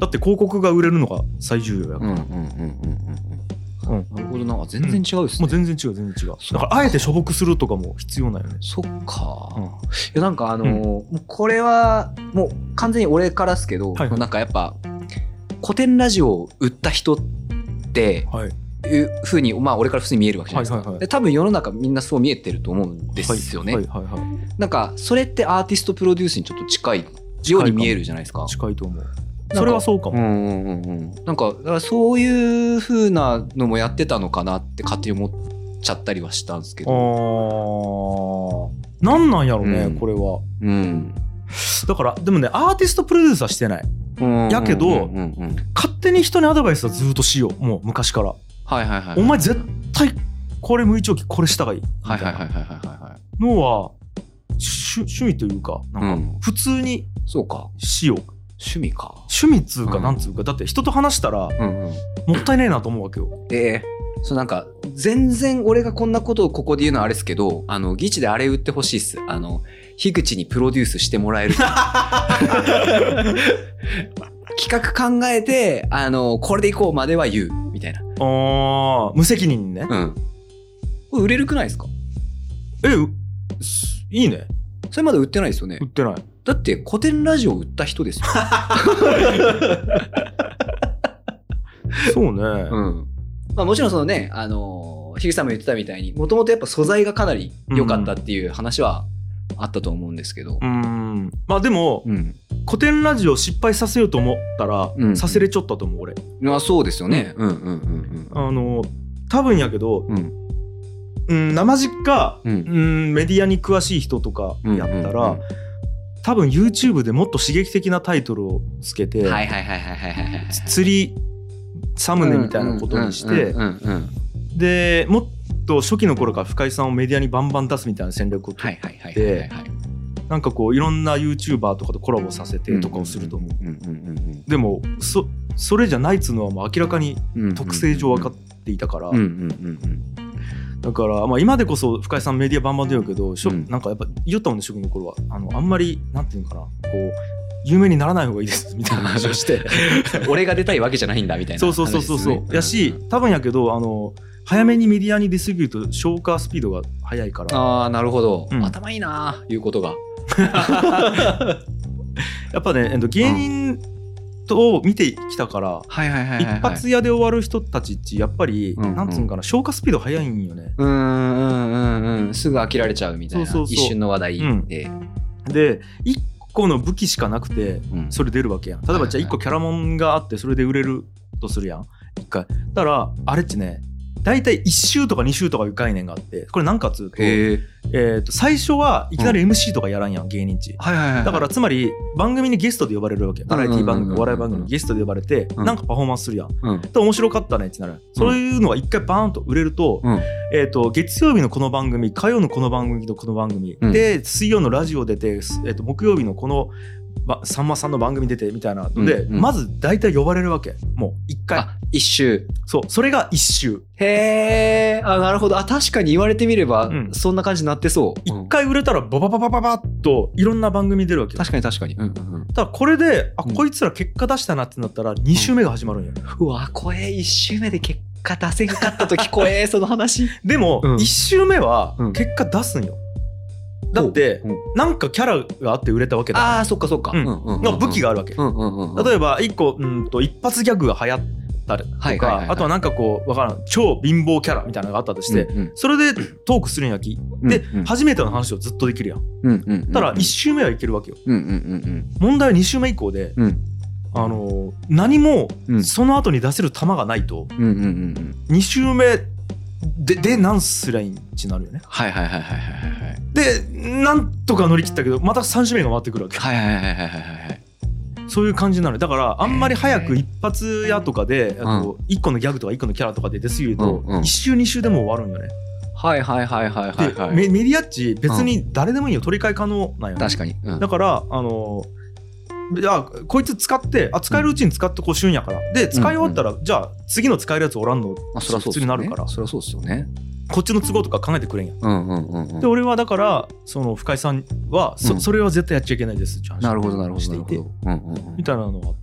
B: だって広告が売れるのが最重要やか
A: う
B: ら、
A: んうんうんうんうんうん
B: うん
A: なるほどなんか全然違うですね、
B: もう全然違う全然違
A: そ
B: う
A: う
B: だからあえてしょぼくするとかも必要なんよね
A: そっか、
B: うん
A: いやなんかあのー
B: うん
A: もうこれはもう完全に俺からっすけど、
B: はいはい
A: なんかやっぱ古典ラジオを売った人って
B: はい
A: いうふうにまあ俺から普通に見えるわけじゃないですか、
B: はいはいはい
A: で多分世の中みんなそう見えてると思うんですよね、
B: はいはいはいはい
A: なんかそれってアーティストプロデュースにちょっと近いように見えるじゃないですか。
B: 近いと思う
A: か
B: それはそうか
A: う
B: も、
A: んうんうんうん、なんかだからそういうふうなのもやってたのかなって勝手に思っちゃったりはしたんですけど、
B: ああなんなんやろね、
A: うん
B: これは
A: うん
B: だからでもねアーティストプロデューサーしてないやけど
A: うんうんうんうん
B: 勝手に人にアドバイスはずっとしようもう昔から、
A: はいはいはい、
B: お前絶対これ向いちょうきこれしたがいい
A: はいはいはいはいはいはいはい。
B: のは趣趣味というかなん
A: う
B: か
A: ん
B: 普通に
A: そうか。
B: しよう
A: 趣味か。
B: 趣味っつうか
A: うん
B: なんつうかだって人と話したら
A: うんうん。
B: もったいねえなと思うわけよ
A: で、そうなんか、全然俺がこんなことをここで言うのはあれですけど、あの、議事であれ売ってほしいっす。あの、樋口にプロデュースしてもらえる。 企画考えて、あの、これでいこうまでは言う。みたいな。
B: あー無責任にね、
A: うん。これ売れるくないですか
B: えうすいいね
A: それまだ売ってないですよね
B: 売っ。てない
A: だって古典ラジオ売った人 ですよ。
B: そうね、
A: うんまあ、もちろんそのね、あのー、樋口さんも言ってたみたいにもともとやっぱ素材がかなり良かったっていう話はあったと思うんですけど
B: う、ーんまあでも、
A: うん
B: 古典ラジオ失敗させようと思ったら、
A: うん
B: させれちょったと思う俺
A: まあそうですよね。うんうんうん
B: あの多分やけど、
A: うんうん
B: うん、生実家、
A: うん
B: うんメディアに詳しい人とか
A: うん
B: やったら、
A: うんうん
B: 多分 YouTube でもっと刺激的なタイトルをつけて、
A: はいはいはいはいはいはいはい。
B: つ釣りサムネみたいなことにして、
A: うんうんうんうんうん
B: でもっと初期の頃から深井さんをメディアにバンバン出すみたいな戦略をと
A: はいはいはいはいはいはい。
B: なんかこういろんな YouTuber とかとコラボさせてとかをすると思う。
A: うんうん
B: でもそそれじゃないっつうのはもう明らかに
A: うんうん
B: 特性上分かっていたから、
A: うんうんうん
B: だから、まあ、今でこそ深井さんメディアバンバン出るけど、しょ
A: うん
B: なんかやっぱ言おったもんね初期の頃はあのあんまりなんていうのかなこう有名にならない方がいいですみたいな話を して
A: うん。俺が出たいわけじゃないんだみたいな
B: そう
A: 話です
B: そう
A: ね。
B: そうそうそう、やし多分やけどあの早めにメディアに出過ぎると消化スピードが速いから
A: ああなるほど、
B: うん
A: 頭いいないうことが
B: やっぱね、えっと、芸人とを見てきたから、
A: はいはいは
B: 一発屋で終わる人たちってやっぱり、
A: うんうん
B: なんつうのかな消化スピード速いんよね。
A: うんうんうんうんすぐ飽きられちゃうみたいな
B: そうそうそう
A: 一瞬の話題で、
B: で1個の武器しかなくて
A: うん
B: それ出るわけやん例えばじゃあ1個キャラモンがあってそれで売れるとするやん1回だからあれっちね大体1週とか2週とかいう概念があってこれ何かっつうと,、え
A: へえ
B: ーと最初はいきなり MC とかやらんやん芸人ち。
A: はいはいはい
B: だからつまり番組にゲストで呼ばれるわけバラエティ
A: う
B: 番
A: んうんうん
B: 組
A: うん
B: お笑い番組にゲストで呼ばれて
A: うん
B: なんかパフォーマンスするやん
A: うん
B: で面白かったねってなるそういうのが一回バーンと売れると,、
A: うん
B: えー、と月曜日のこの番組火曜のこの番組とこの番組、
A: うん
B: で水曜のラジオ出て、すえー、と木曜日のこのばさんまさんの番組出てみたいなので、
A: うんうん
B: まず大体呼ばれるわけもう一回
A: あ一周
B: そうそれが一周
A: へえあなるほどあ確かに言われてみれば、
B: うん
A: そんな感じになってそう
B: 一、
A: うん
B: 回売れたらババババババッといろんな番組出るわけよ
A: 確かに確かに、うんうんうん、
B: ただこれであ、
A: うん
B: こいつら結果出したなってなったら2週目が始まるんよ、
A: うわ怖え一周目で結果出せんかった時怖 えその話
B: でも、
A: うん
B: 1週目は
A: うん
B: 結果出すんよ、だって、
A: うん
B: なんかキャラがあって売れたわけだ
A: ああそっかそっか、
B: うん
A: うんうんうん
B: の武器があるわけ、
A: うんうんうんうん
B: 例えば一個うんと一発ギャグが流行ったりとか、
A: はいはいはいはい
B: あとはなんかこうわからん超貧乏キャラみたいなのがあったとして、
A: うん
B: それでトークするんやき、
A: うん
B: で、
A: うん
B: 初めての話をずっとできるやん
A: うんうんうん
B: ただ1周目はいけるわけよ
A: うんうんうん
B: 問題は2周目以降で、
A: うん
B: あのー何も
A: うん
B: その後に出せる球がないと
A: うんうんうんうんうん
B: 2周目ででなんすりゃいいんちなるよね
A: はいはいはいはいはいはいはい
B: でなんとか乗り切ったけどまた3周目が回ってくるわけ
A: はいはいはいはいはいはい
B: そういう感じになるだからあんまり早く一発屋とかであと1個のギャグとか1個のキャラとかで出過ぎると
A: うんうん
B: 1周2周でも終わるんよね。
A: はいはいはいはいはい
B: で
A: はい
B: メメディアっち別に誰でもいいよ取り替え可能なんよね。
A: 確かに、うん
B: だからあのじゃあこいつ使ってあ使えるうちに使ってこう旬やからで使い終わったらじゃあ次の使えるやつおらんの
A: まあ、そりゃそうっす
B: 普通に
A: よ
B: な
A: ね
B: るから
A: そりゃそうですよね
B: こっちの都合とか考えてくれんや。
A: うんうんうんうん
B: で俺はだからその深井さんは
A: うん
B: そそれは絶対やっちゃいけないですって話を
A: なるほどなるほど
B: し
A: な
B: て
A: いるほ
B: て
A: どうんうんうん
B: みたいなのがあっ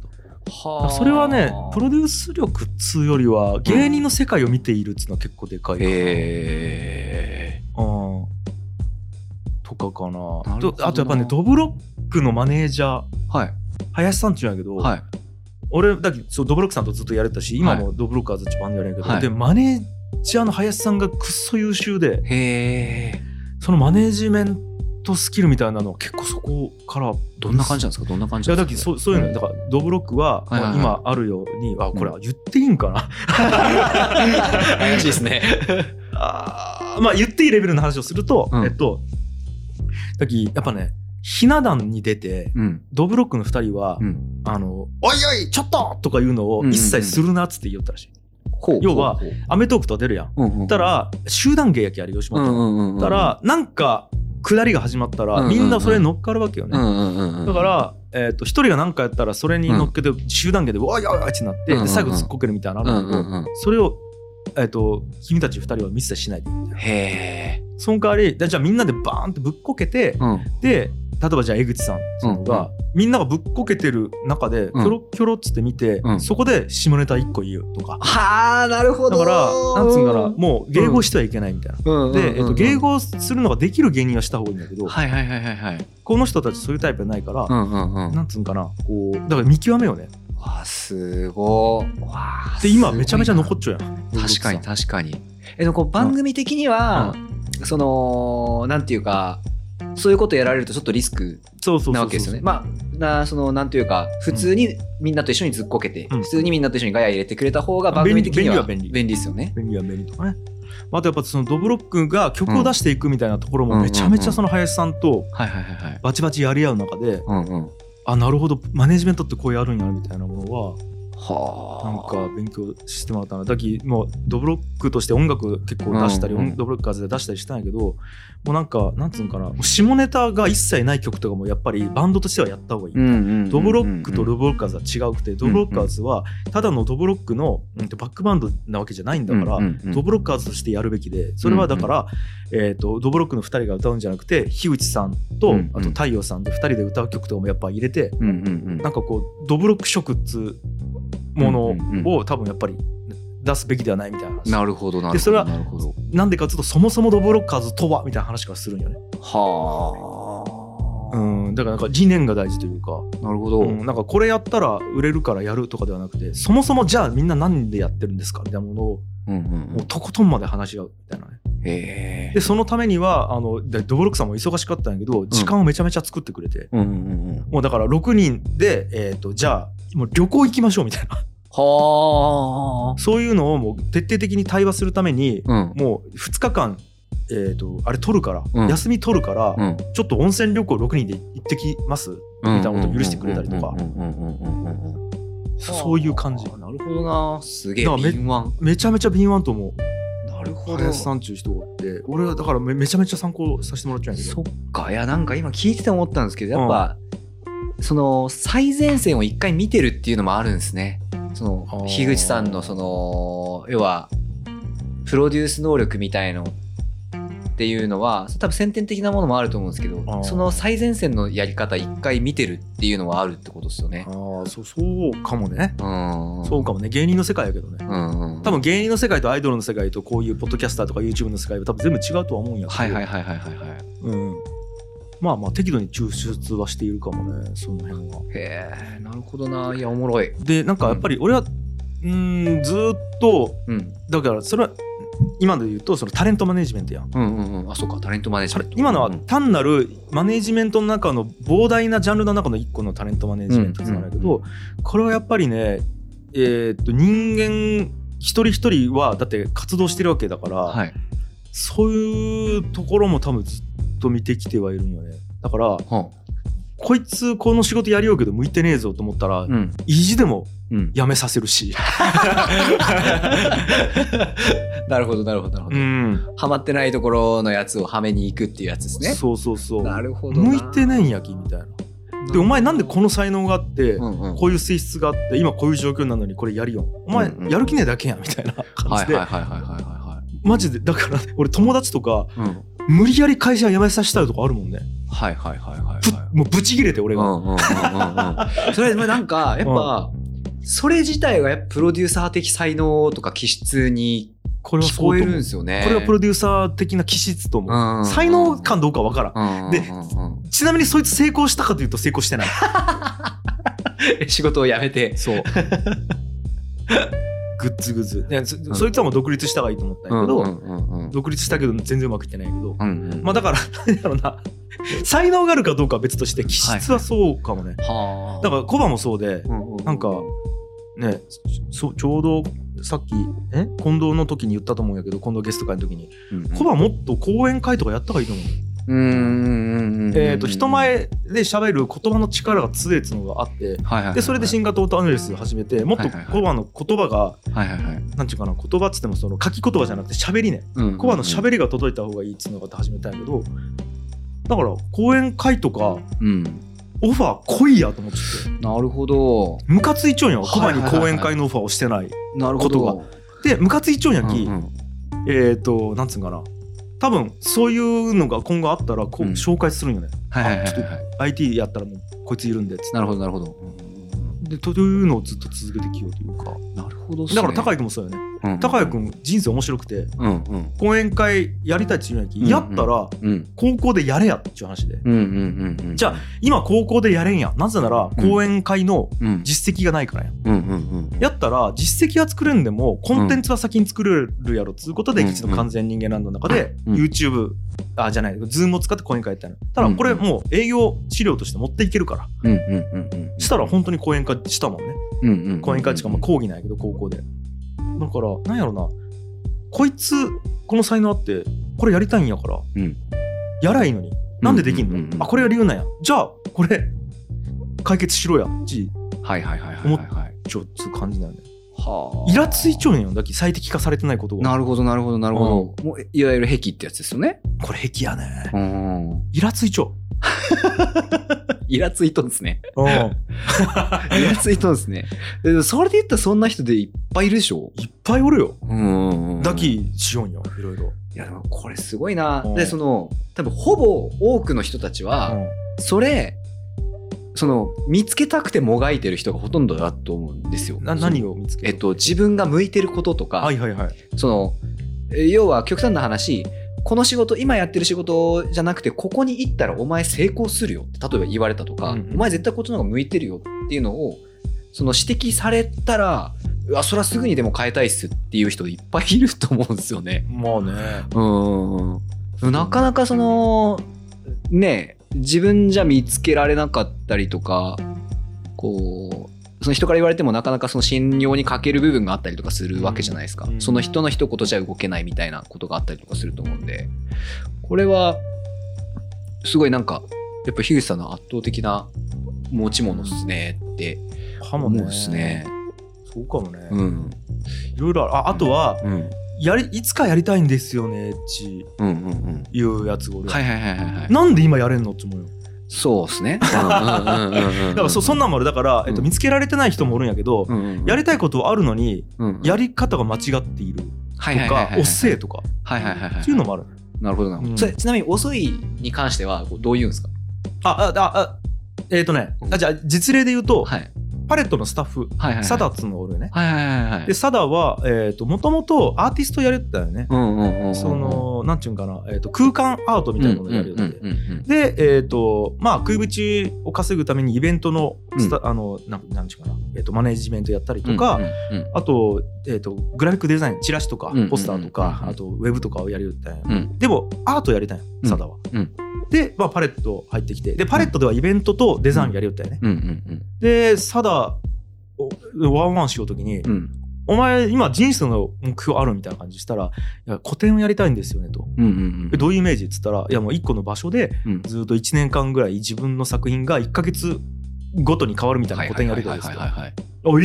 B: た。
A: はあ
B: それはねプロデュース力っつうよりは芸人の世界を見ているっつうのは結構でかいかな、
A: へえ
B: うんとかかな
A: なるほど
B: とあとやっぱねドブロックのマネージャー
A: はい
B: 林さんっていうんやけど、
A: はい
B: 俺だけそうドブロックさんとずっとやれてたし今
A: は
B: もドブロックはずっとバンドやれんやけど、
A: はい
B: でマネージャーの林さんがくっそ優秀で
A: へえ
B: そのマネージメントスキルみたいなのは結構そこから
A: どんな感じなんですかどんな感
B: い
A: じな
B: や
A: ん
B: だ
A: で
B: けど
A: すか
B: そうそういうのだからドブロックは
A: はいはいはい
B: まあ今あるように、あこれは言っていいんかな
A: 怪しいですね
B: あーまあ言っていいレベルの話をすると、
A: うん
B: えっとだきやっぱねひな壇に出て
A: うん
B: ドブロックの2人は「
A: うん
B: あのおいおいちょっと!」とかいうのを一切するなっつって言おったらしい、
A: ほう
B: 要は
A: ほう
B: アメトーークとか出るやん
A: ほううんうん
B: たら集団芸やきある吉
A: う
B: 本
A: ん
B: の、
A: うんうんうん
B: たらなんか下りが始まったら、
A: うんうんうん
B: みんなそれに乗っかるわけよね、
A: うんうんうんうん
B: だから、えっと1人が何かやったらそれに乗っけて集団芸で「おいおいおい!」ってなって、
A: うんうんうん
B: で最後突っこけるみたいなのあ
A: う
B: るん
A: ん
B: だ
A: う
B: けど、
A: んうん
B: それを、えっと君たち2人は一切しないで
A: へえ
B: その代わりだじゃあみんなでバーンってぶっこけて、
A: うん
B: で例えばじゃあ江口さんっていうのが、みんながぶっこけてる中でキ
A: うん
B: ョロキョロっつって見て、
A: うん
B: そこで下ネタ1個言うとか、
A: はあなるほ
B: だ
A: ど
B: からなんつうんかなもう迎合してはいけないみたいな。
A: うんうんうんうん
B: で、えっと迎合するのができる芸人はした方がいいんだけど、
A: はいはいはいはいはい
B: この人たちそういうタイプじゃないから、
A: うんうんうん
B: なんつうんかなこうだから見極めよね
A: わあすごいわあ
B: で今めちゃめちゃ残
A: っ
B: っちゃうやん
A: 確かに確かにえでもこう番組的には、そのなんていうかそういうことやられるとちょっとリスク
B: そうそうそうそう
A: なわけですよねまあなそのなんていうか普通にみんなと一緒にずっこけて、
B: うん
A: 普通にみんなと一緒にガヤ入れてくれた方が番組的には
B: 便利便利は便利
A: ですよね
B: 便利は便利とかねあとやっぱそのドブロックが曲を出していくみたいなところもめちゃめちゃその林さんと
A: はいはいはいはい
B: バチバチやり合う中で
A: うんうん
B: あなるほどマネジメントってこうやるんやなみたいなものは
A: はあ
B: なんか勉強してもらったなだきもうドブロックとして音楽結構出したり、
A: うんうん
B: ドブロッカーズで出したりしたんやけどもうなんかなんつうんかなもう下ネタが一切ない曲とかもやっぱりバンドとしてはやった方がいい、
A: うんうんうんうんうん
B: ドブロックとドブロッカーズは違うくて、ドブロッカーズはただのドブロックの、うんとバックバンドなわけじゃないんだから、
A: うんうんうん
B: ドブロッカーズとしてやるべきでそれはだから、えー、とドブロックの2人が歌うんじゃなくて樋口さんと、
A: うんうん
B: あと太陽さんで2人で歌う曲とかもやっぱ入れて
A: うんうんうん
B: なんかこうドブロック色っつうも
A: うんうん
B: のを多分やっぱり出すべきではないみたいな話
A: なるほどなるほど
B: でそれは
A: なるほど
B: なんでかっつうとそもそもドブロッカーズとはみたいな話からするんよね
A: はあ、
B: うんだからなんか理念が大事というか、
A: なるほど、
B: うんなんかこれやったら売れるからやるとかではなくてそもそもじゃあみんな何でやってるんですかみたいなものを
A: うんうん
B: もうとことんまで話し合うみたいなね
A: うん、へえ
B: でそのためにはあのでドブロックさんも忙しかったんやけど時間をめちゃめちゃ作ってくれて、
A: うんうんうんうん
B: もうだから6人で、えー、とじゃあもう旅行行きましょうみたいな
A: は
B: そういうのをもう徹底的に対話するために
A: あうん
B: もう2日間、えー、とあれ取るから、
A: うん
B: 休み取るから、
A: うん
B: ちょっと温泉旅行6人で行ってきますみたいなことを許してくれたりとか
A: うんうんうんうんうんうんうん
B: そういう感じ
A: はあなるほどなすげえ
B: だからめ
A: 敏腕
B: めちゃめちゃ敏腕と思う
A: なるほど
B: 林さんっちゅう人がおって俺はだからめめちゃめちゃ参考させてもらっちゃうんやけど
A: そっかいやなんか今聞いてて思ったんですけどやっぱ、その最前線を一回見てるっていうのもあるんですねそ
B: あ
A: の
B: ー
A: 樋口さんのその要はプロデュース能力みたいのっていうのは多分先天的なものもあると思うんですけ
B: あ
A: ど
B: ー
A: その最前線のやり方一回見てるっていうのはあるってことですよね。
B: ああそうそうかもね、
A: うん
B: そうかもね芸人の世界やけどね
A: うんうん
B: 多分芸人の世界とアイドルの世界とこういうポッドキャスターとか YouTube の世界は多分全部違うとは思うんやけど、
A: はいはいはいはいはいはい。
B: うん、まあまあ適度に抽出はしているかもねその辺は。
A: へえなるほどないやおもろい。
B: でなんかやっぱり俺はうーんずーっと
A: うん
B: だからそれは今で言うとそのタレントマネジメントやん。
A: うんうんうんあそうかタレントマネージ
B: タ
A: ャ
B: レ
A: ー
B: 今のは
A: うん
B: 単なるマネジメントの中の膨大なジャンルの中の1個のタレントマネジメントなんだけど、
A: う
B: これはやっぱりね、えーっと人間一人一人はだって活動してるわけだから、
A: はい。
B: そういうところも多分ずっと見てきてはいるんよね。だから
A: は
B: こいつこの仕事やりようけど向いてねえぞと思ったら、
A: あうん
B: 意地でも
A: うん、
B: 辞めさせるし、
A: なるほどなるほどなるほど、
B: ん、
A: ハマってないところのやつをはめに行くっていうやつですね
B: そうそうそう
A: なるほど
B: 向いてないいんやきみたいなでお前なんでこの才能があって、
A: うんうん
B: こういう性質があって今こういう状況なのにこれやるよお前
A: うんうん
B: やる気ねえだけやんみたいな感
A: は
B: じ
A: い
B: で、
A: はいはいはいはいは
B: マジでだからね俺友達とか
A: いはい、うん、
B: 無理やり会社辞めさせたりとかあるもんね
A: はいはいはいはい
B: ぶ
A: はい
B: もうブチ切れて俺
A: うん
B: が、
A: うんうんうんうんそれまあなんかやっぱ、それ自体がやっぱプロデューサー的才能とか気質に
B: これは
A: 聞
B: そ
A: こ
B: う
A: え
B: と
A: るん
B: 思う、
A: ですよね
B: これがプロデューサー的な気質と思う、才能感どうかわからん
A: で、うんうんうん
B: ちなみにそいつ成功したかというと成功してない
A: え 仕事を辞めて
B: そうグッズグッズねそそいつはもう独立した方がいいと思ったんやけど、
A: うんうんうんうん
B: 独立したけど全然うまくいってないけど、
A: うんうん
B: まあだから 何だろうな才能があるかどうかは別として気質はそうかもね、
A: はあ
B: だからコバもそうで
A: うんうん
B: なんかねそちょうどさっきえ近藤の時に言ったと思うんやけど近藤ゲスト会の時に
A: うん
B: コバもっと講演会とかやった方がいいと思う、
A: うんうんうんうんうん
B: えっ、と人前で喋る言葉の力が強いっつうのがあって
A: はいはいはい
B: でそれでシンガートートアナリス始めてもっ
A: は
B: と
A: いはいはい
B: コバの言葉が
A: はいはいはい。
B: なんていうかな言葉っつってもその書き言葉じゃなくて喋りねコバの喋
A: り、
B: りが届いた方がいいっつうのがあって始めたんやけどだから講演会とか
A: うん、
B: オファー来いやと思ってて
A: なるほど。
B: ムカついちょんやんコバに
A: はいはい
B: 講
A: はいはい
B: 演会のオファーをしてない
A: なる
B: ほどでムカついちょんやき、
A: うんうん
B: えっ、となんつうんかな多分そういうのが今後あったらこう
A: うん
B: 紹介するんよね、
A: はいはいはい
B: あちょっ
A: はい。
B: IT やったらもうこいついるんでっつって
A: なるほどなるほど。
B: でというのをずっと続けてきようというか
A: なるほどっすね。
B: だから高谷君もそうよね、
A: うん
B: 高谷君人生面白くて
A: うんうん
B: 講演会やりたいっちゅうんやき、
A: うんうん
B: やったら
A: うん
B: 高校でやれやっちゅう話で
A: うんうんうんうん。
B: じゃあ今高校でやれんやんなぜなら
A: うん
B: 講演会の
A: うん
B: 実績がないからやん
A: うんうんうん
B: やったら実績は作れんでもコンテンツは先に作れるやろっつうことで
A: うん
B: 一度完全人間ランドの中で
A: うん
B: YouTube あじゃない Zoom を使って講演会やったのただこれもう営業資料として持っていけるから
A: うんうんうんうん
B: したら本当に講演会したもんね
A: うんうんうんうん
B: 講演会っていうかまあ講義なんやけど高校でだからなんやろなこいつこの才能あってこれやりたいんやから
A: うん
B: やらいいのになんでできん
A: う
B: の、
A: んうんうん
B: あこれが理由なんやじゃあこれ解決しろやっち
A: はいはいはいはいはいはい。
B: ちゃうっつう感じだよね
A: はあ
B: イラついちゃうんよだき最適化されてないことが
A: なるほどなるほどなるほど、もういわゆる癖ってやつですよね
B: これ癖やね
A: うん
B: イラついちゃ う
A: イラついとんですね
B: うん
A: イラついとんですねえそれで言ったらそんな人でいっぱいいるでしょ
B: いっぱいおるよ
A: うん
B: だきしようんよいろいろ
A: いやでもこれすごいな、
B: うん
A: でその多分ほぼ多くの人たちは、それその見つけたくてもがいてる人がほとんどだと思うんですよ。
B: な何を見つけ
A: えっと、自分が向いてることとか、
B: はいはいはい
A: そのえ要は極端な話この仕事今やってる仕事じゃなくてここに行ったらお前成功するよって例えば言われたとか、
B: うんうん
A: お前絶対こっちの方が向いてるよっていうのをその指摘されたらうわそりゃすぐにでも変えたいっすっていう人いっぱいいると思うんですよね。
B: まあね
A: うんなかなかそのねえ自分じゃ見つけられなかったりとかこうその人から言われてもなかなかその信用に欠ける部分があったりとかするわけじゃないですか、
B: うん
A: その人の一言じゃ動けないみたいなことがあったりとかすると思うんでこれはすごいなんかやっぱ樋口さんの圧倒的な持ち物ですねって
B: か
A: 思
B: も
A: うん
B: ね
A: ですね。
B: そうかもね、
A: うん
B: いろいろあるああとは、
A: うん
B: やりいつかやりたいんですよねっち
A: うんうんうん
B: いうやつが俺
A: はいはいはいはいはい
B: なんで今やれんのって思うよ
A: そうですね。だ
B: だからそそんなんもあるだから、えっ
A: う
B: と、
A: ん
B: 見つけられてない人もおるんやけど、やりたいことはあるのにやり方が間違っている
A: は
B: と
A: いはいはい
B: か
A: はい
B: おっせえとか
A: はいはいはいはい。
B: っていうのもある
A: なるほどなるほど。
B: うん
A: それちなみに遅いに関してはこうどう言うんですか。
B: ああああえっ、とねあじゃあ実例で言うと、
A: はい
B: パレットのスタッフ
A: はいはい。
B: サダっつうのがおるよね
A: はいはいはいはい。
B: でサダはえっともともとアーティストやれてたよね
A: うんうんうんうん。
B: そのなんていうんかな、えっと空間アートみたいなものをやるよねで、えっとまあ、食い口を稼ぐためにイベントのスタ、あのなんなんちゅうかな、えっとマネジメントやったりとか、あと,、えっとグラフィックデザインチラシと
A: う
B: か
A: んうんうん
B: ポスターとか、
A: うんうん
B: あとウェブとかをやりよったんや、
A: うん
B: でもアートやりたいんよ
A: うん
B: サダは、
A: うん
B: で、まあ、パレット入ってきてでパレットではイベントとデザインやりよったよね、
A: うんうん
B: でサダをワンワンしようときに、
A: うんうん
B: お前今人生の目標あるみたいな感じしたら「いや個展をやりたいんですよね」と
A: うんうん
B: 「えどういうイメージ?」っつったら「いやもう一個の場所で
A: うん。
B: ずっと1年間ぐらい自分の作品が1ヶ月ごとに変わるみたいな個展やる
A: る
B: と
A: はい
B: かです
A: はい
B: と
A: はいはい。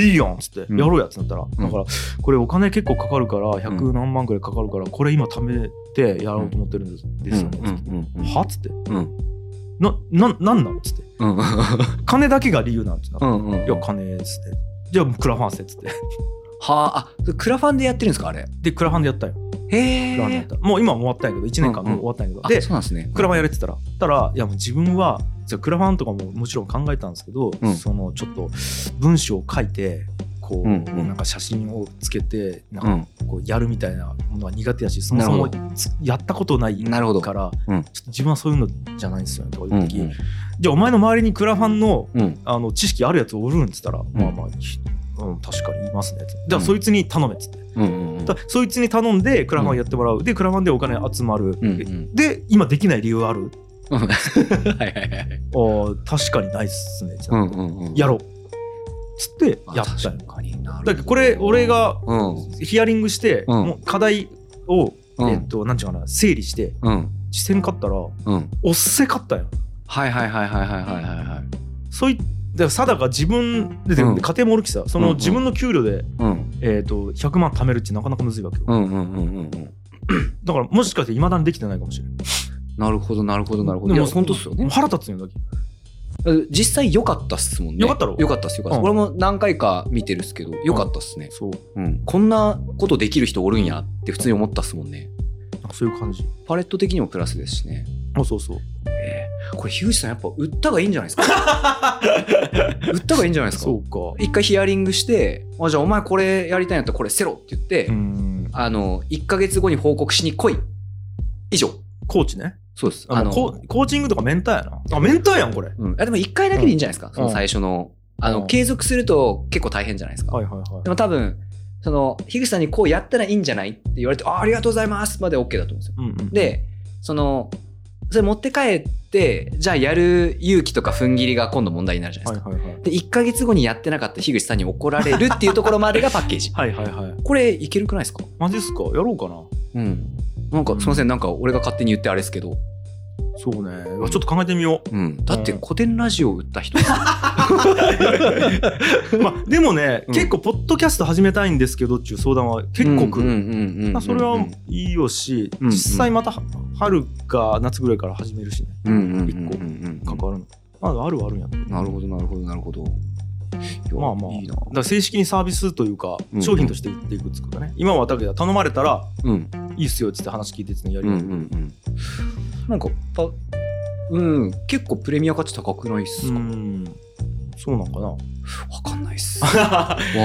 B: あいいやんっつって、
A: うん
B: やろうやっつなったら、
A: ん
B: だからこれお金結構かかるから
A: う
B: 100何万ぐらいかかるからこれ今貯めてやろうと思ってるんです,、ですよね、つって
A: うんうん
B: はっつって
A: うん
B: なななんなのっつって
A: うん
B: 金だけが理由なんつって、
A: うんうん。
B: いや金っつってじゃあクラファンせっつって
A: はああクラファンでやってるんですかあれ。
B: でクラファンでやったよ
A: へ
B: クラファンでやっ
A: え。
B: たもう今は終わったんやけど1年間
A: うんうん
B: もう終わったんやけど、
A: あ
B: で
A: そうなんですね。
B: クラファンやれって言ったらたらいやもう自分はじゃあクラファンとかももちろん考えたんですけど、
A: うん
B: そのちょっと文章を書いてこ
A: う
B: う、
A: んうん
B: なんか写真をつけて
A: う
B: なん
A: ん
B: かこうやるみたいなものは苦手だしそもそも
A: な
B: つやったことない
A: なるほど
B: から、
A: うん
B: ちょっと自分はそういうのじゃないんですよねとか
A: う
B: 言
A: ん
B: う時、じゃあお前の周りにクラファンの
A: うん
B: あの知識あるやつおるんっつったら、まあまあ、ひうん、確かにいますねっつってじゃあそいつに頼めっつって、
A: うんうん
B: だからそいつに頼んでクラファンやってもらう、でクラファンでお金集まる、
A: うんうん。
B: で今できない理由ある
A: はいはいはい。
B: あー確かにないっすね、じゃあ
A: うんうん。
B: やろうつって
A: あ
B: やったよ
A: 確かになるほど
B: だけどこれ俺が
A: うん
B: ヒアリングして、
A: うん
B: もう課題を、
A: うん
B: えっとなんちゅうかな整理して
A: うん
B: 実践勝ったらお
A: うん
B: っせ勝ったよ
A: はいはいはいはいはいはいはいはい
B: そういだサダが自分で、
A: うん
B: 家庭もおるきさそ
A: うんう
B: の
A: ん
B: 自分の給料で、
A: うん
B: えっと100万貯めるってなかなかむずいわけよ、
A: うんうんうんうんうん
B: だからもしかしていまだにできてないかもしれない
A: なるほどなるほどなるほどい
B: で
A: や
B: も
A: 本当っすよね
B: 腹立つんよだけ
A: 実際良かったっすもんね
B: 良かったろ
A: 良かったっすよかったっす
B: うん
A: 俺も何回か見てるっすけど良かったっすね
B: そう
A: うんこんなことできる人おるんやって普通に思ったっすもんね
B: なんかそういう感じ
A: パレット的にもプラスですしね
B: あそうそう
A: えーこれ樋口さんやっぱ売ったがいいんじゃないですか 売ったがいいんじゃないですか
B: そうか
A: 一回ヒアリングしてあじゃあお前これやりたいんやったらこれせろって言って、
B: うん
A: あの1ヶ月後に報告しに来い以上
B: コーチね
A: そうです
B: あ
A: あ
B: の
A: の
B: コーコーチングとかメンターやな。あ、メンターやん、これ。
A: うん、あでも1回だけでいいんじゃないですか、その最初のあの、
B: うん
A: 継続すると結構大変じゃないですか、
B: はいはいは
A: でも多分その樋口さんにこうやったらいいんじゃないって言われてあありがとうございますまで OK だと思うんですよ
B: い。うんうん、
A: でそのそれ持って帰ってじゃあやる勇気とか踏ん切りが今度問題になるじゃない
B: はい
A: ですか、
B: はいはい。
A: で1ヶ月後にやってなかった樋口さんに怒られるっていうところま でがパッケージ
B: はいはいはい。
A: これいけるくないですか
B: マジっすかやろうかな。
A: うんなんかすいませんなんか俺が勝手に言ってあれですけど
B: そうね、うわちょっと考えてみよう。
A: うん、だって古典ラジオ売った人
B: まあ、でもね、
A: うん
B: 結構、ポッドキャスト始めたいんですけどっていう相談は結構来る。
A: る
B: まあ、それはいいよし、
A: うんうん
B: 実際また春か夏ぐらいから始めるしね、
A: 1
B: 関わるの。まあ、あるはあるんやね。
A: なるほどなるほどなるほど
B: まあまあ
A: いいな
B: だから正式にサービスというか
A: うんうん
B: 商品として売っていくっつうかね、今はだけど頼まれたら
A: うん
B: いいっすよっつって話聞いてってや
A: う
B: る
A: んうん
B: よ、
A: うんなんかパうん結構プレミア価値高くないっすか、
B: うんそうなんかな
A: わかんないっすわ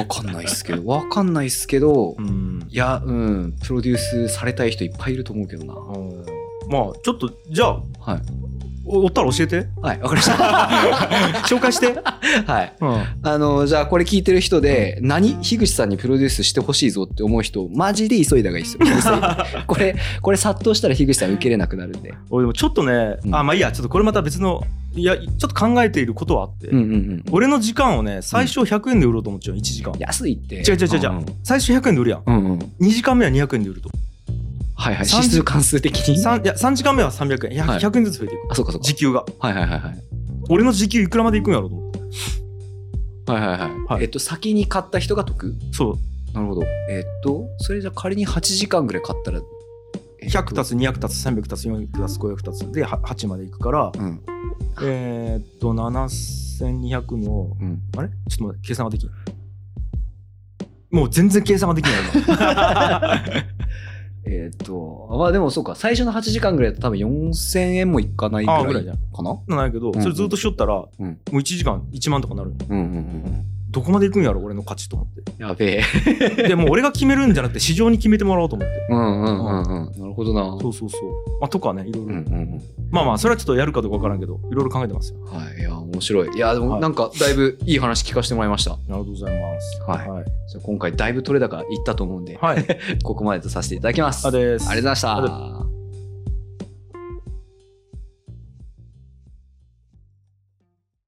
A: かんないっす けどわかんないっすけど、
B: うん
A: いやうんプロデュースされたい人いっぱいいると思うけどな
B: うんまあちょっとじゃあ
A: はい
B: おおったら教え て
A: はいわかりました
B: 紹介して、
A: はい あのじゃあこれ聞いてる人で何樋口さんにプロデュースしてほしいぞって思う人マジで急いだ方がいいですよ これこれ殺到したら樋口さん受けれなくなるんで
B: 俺でもちょっとね、
A: うん
B: あまあいいやちょっとこれまた別のいやちょっと考えていることはあって、
A: うんうんうん
B: 俺の時間をね最初100円で売ろうと思っちゃう1時間
A: 安いって
B: 違う違う違う違う最初100円で売るやん
A: うんうん、うんうん
B: 2時間目は200円で売ると
A: はいはい
B: 30
A: 指数関数的に
B: 3, いや3時間目は300円いや
A: はい
B: 100円ずつ増えていく、
A: あそうかそうか
B: 時給が
A: はいはいはいはい
B: 俺の時給いくらまでいくんやろうと思って
A: はいはいはい、
B: はい
A: えっと先に買った人が得
B: そう
A: なるほどえっとそれじゃ仮に8時間ぐらい買ったら、えっと
B: 100足す200足す300足す400足す500足すでは8までいくから
A: うん
B: えーっと7200の
A: うん
B: あれちょっと待って計算はできんもう全然計算ができ ない今
A: えっとまあでもそうか最初の8時間ぐらいだと多分4000円もいかないぐ
B: あぐら
A: ら
B: い
A: い
B: じゃ
A: か
B: ん
A: な
B: ないけどそれずっとしとったら、も
A: うん
B: う1時間1万とかなるんよ
A: うんうんうん
B: どこまでいくんやろ俺の価値と思って
A: うんやべえ
B: でもう俺が決めるんじゃなくて市場に決めてもらおうと思って
A: うんうんうんうん。なるほどな。
B: そうそうそう、まあ、とかねいろいろ、
A: ん
B: まあまあそれはちょっとやるかどうかわからんけどいろいろ考えてますよ
A: うん。はい。いや、面白い。いや、で
B: は
A: も
B: い
A: なんか、だいぶいい話聞かせてもらいました。
B: ありがとうございます
A: はい
B: はい、
A: じゃあ今回、だいぶ取れ高いったと思うんで、
B: はい、
A: ここまでとさせていただきます。
B: あ
A: ありがと
B: です
A: うございまし
B: ありが
A: た。